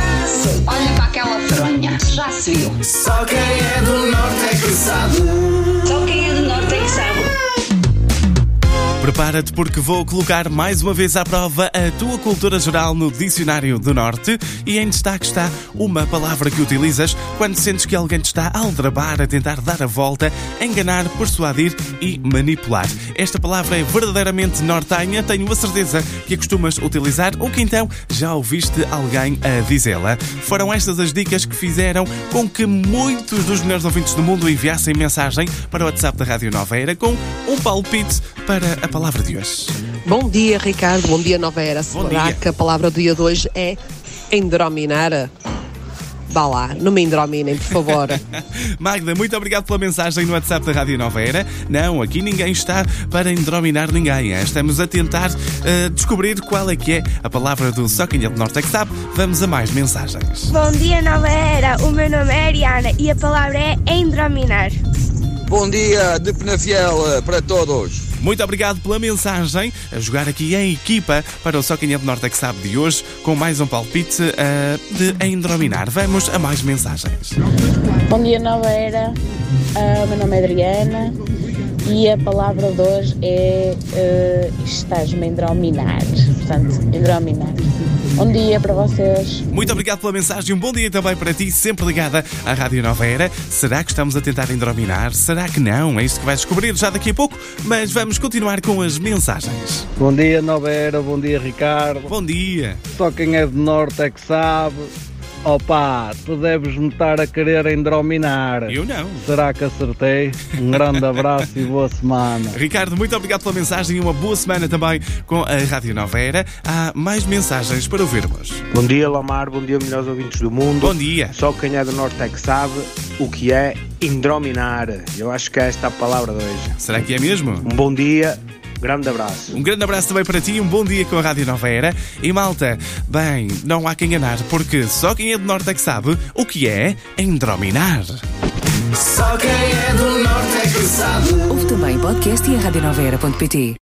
é é aquela fronha. Já se viu. Só quem é do norte é que sabe. Só quem é do norte é que sabe. Prepara-te porque vou colocar mais uma vez à prova a tua cultura geral no Dicionário do Norte e em destaque está uma palavra que utilizas quando sentes que alguém te está a aldrabar, a tentar dar a volta, enganar, persuadir e manipular. Esta palavra é verdadeiramente nortenha, tenho a certeza que a costumas utilizar ou que então já ouviste alguém a dizê-la. Foram estas as dicas que fizeram com que muitos dos melhores ouvintes do mundo enviassem mensagem para o WhatsApp da Rádio Nova Era com um palpite para a palavra de hoje. Bom dia, Ricardo. Bom dia, Nova Era. Será dia. que a palavra do dia de hoje é endrominar? Vá lá, não me endrominem, por favor. Magda, muito obrigado pela mensagem no WhatsApp da Rádio Nova Era. Não, aqui ninguém está para endrominar ninguém. hein? Estamos a tentar eh, descobrir qual é que é a palavra do Só Quem é do Norte é que sabe. Vamos a mais mensagens. Bom dia, Nova Era. O meu nome é Ariana e a palavra é endrominar. Bom dia de Penafiel eh, para todos. Muito obrigado pela mensagem. A jogar aqui em equipa para o Só Quem é do Norte é que sabe de hoje, com mais um palpite eh, de endrominar. Vamos a mais mensagens. Bom dia, Nova Era. Ah, meu nome é Adriana e a palavra de hoje é ah, estás-me a endrominar. Portanto, endrominar. Bom dia para vocês. Muito obrigado pela mensagem. Um bom dia também para ti, sempre ligada à Rádio Nova Era. Será que estamos a tentar endrominar? Será que não? É isto que vais descobrir já daqui a pouco, mas vamos continuar com as mensagens. Bom dia, Nova Era, bom dia, Ricardo. Bom dia. Só quem é do Norte é que sabe. Opa, tu deves-me estar a querer endrominar. Eu não. Será que acertei? Um grande abraço e boa semana. Ricardo, muito obrigado pela mensagem e uma boa semana também com a Rádio Nova Era. Há mais mensagens para ouvirmos. Bom dia, Lamar. Bom dia, melhores ouvintes do mundo. Bom dia. Só quem é do Norte é que sabe o que é indrominar. Eu acho que é esta a palavra de hoje. Será que é mesmo? Um bom dia, grande abraço. Um grande abraço também para ti e um bom dia com a Rádio Nova Era. E malta, bem, não há quem enganar, porque só quem é do Norte é que sabe o que é endrominar. Só quem é do norte é que sabe. Ouve também o podcast e a radionovera.pt.